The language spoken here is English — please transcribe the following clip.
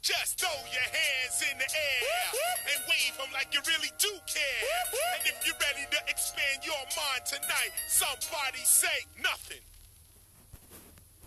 Just throw your hands in the air and wave them like you really do care. And if you're ready to expand your mind tonight, somebody say nothing.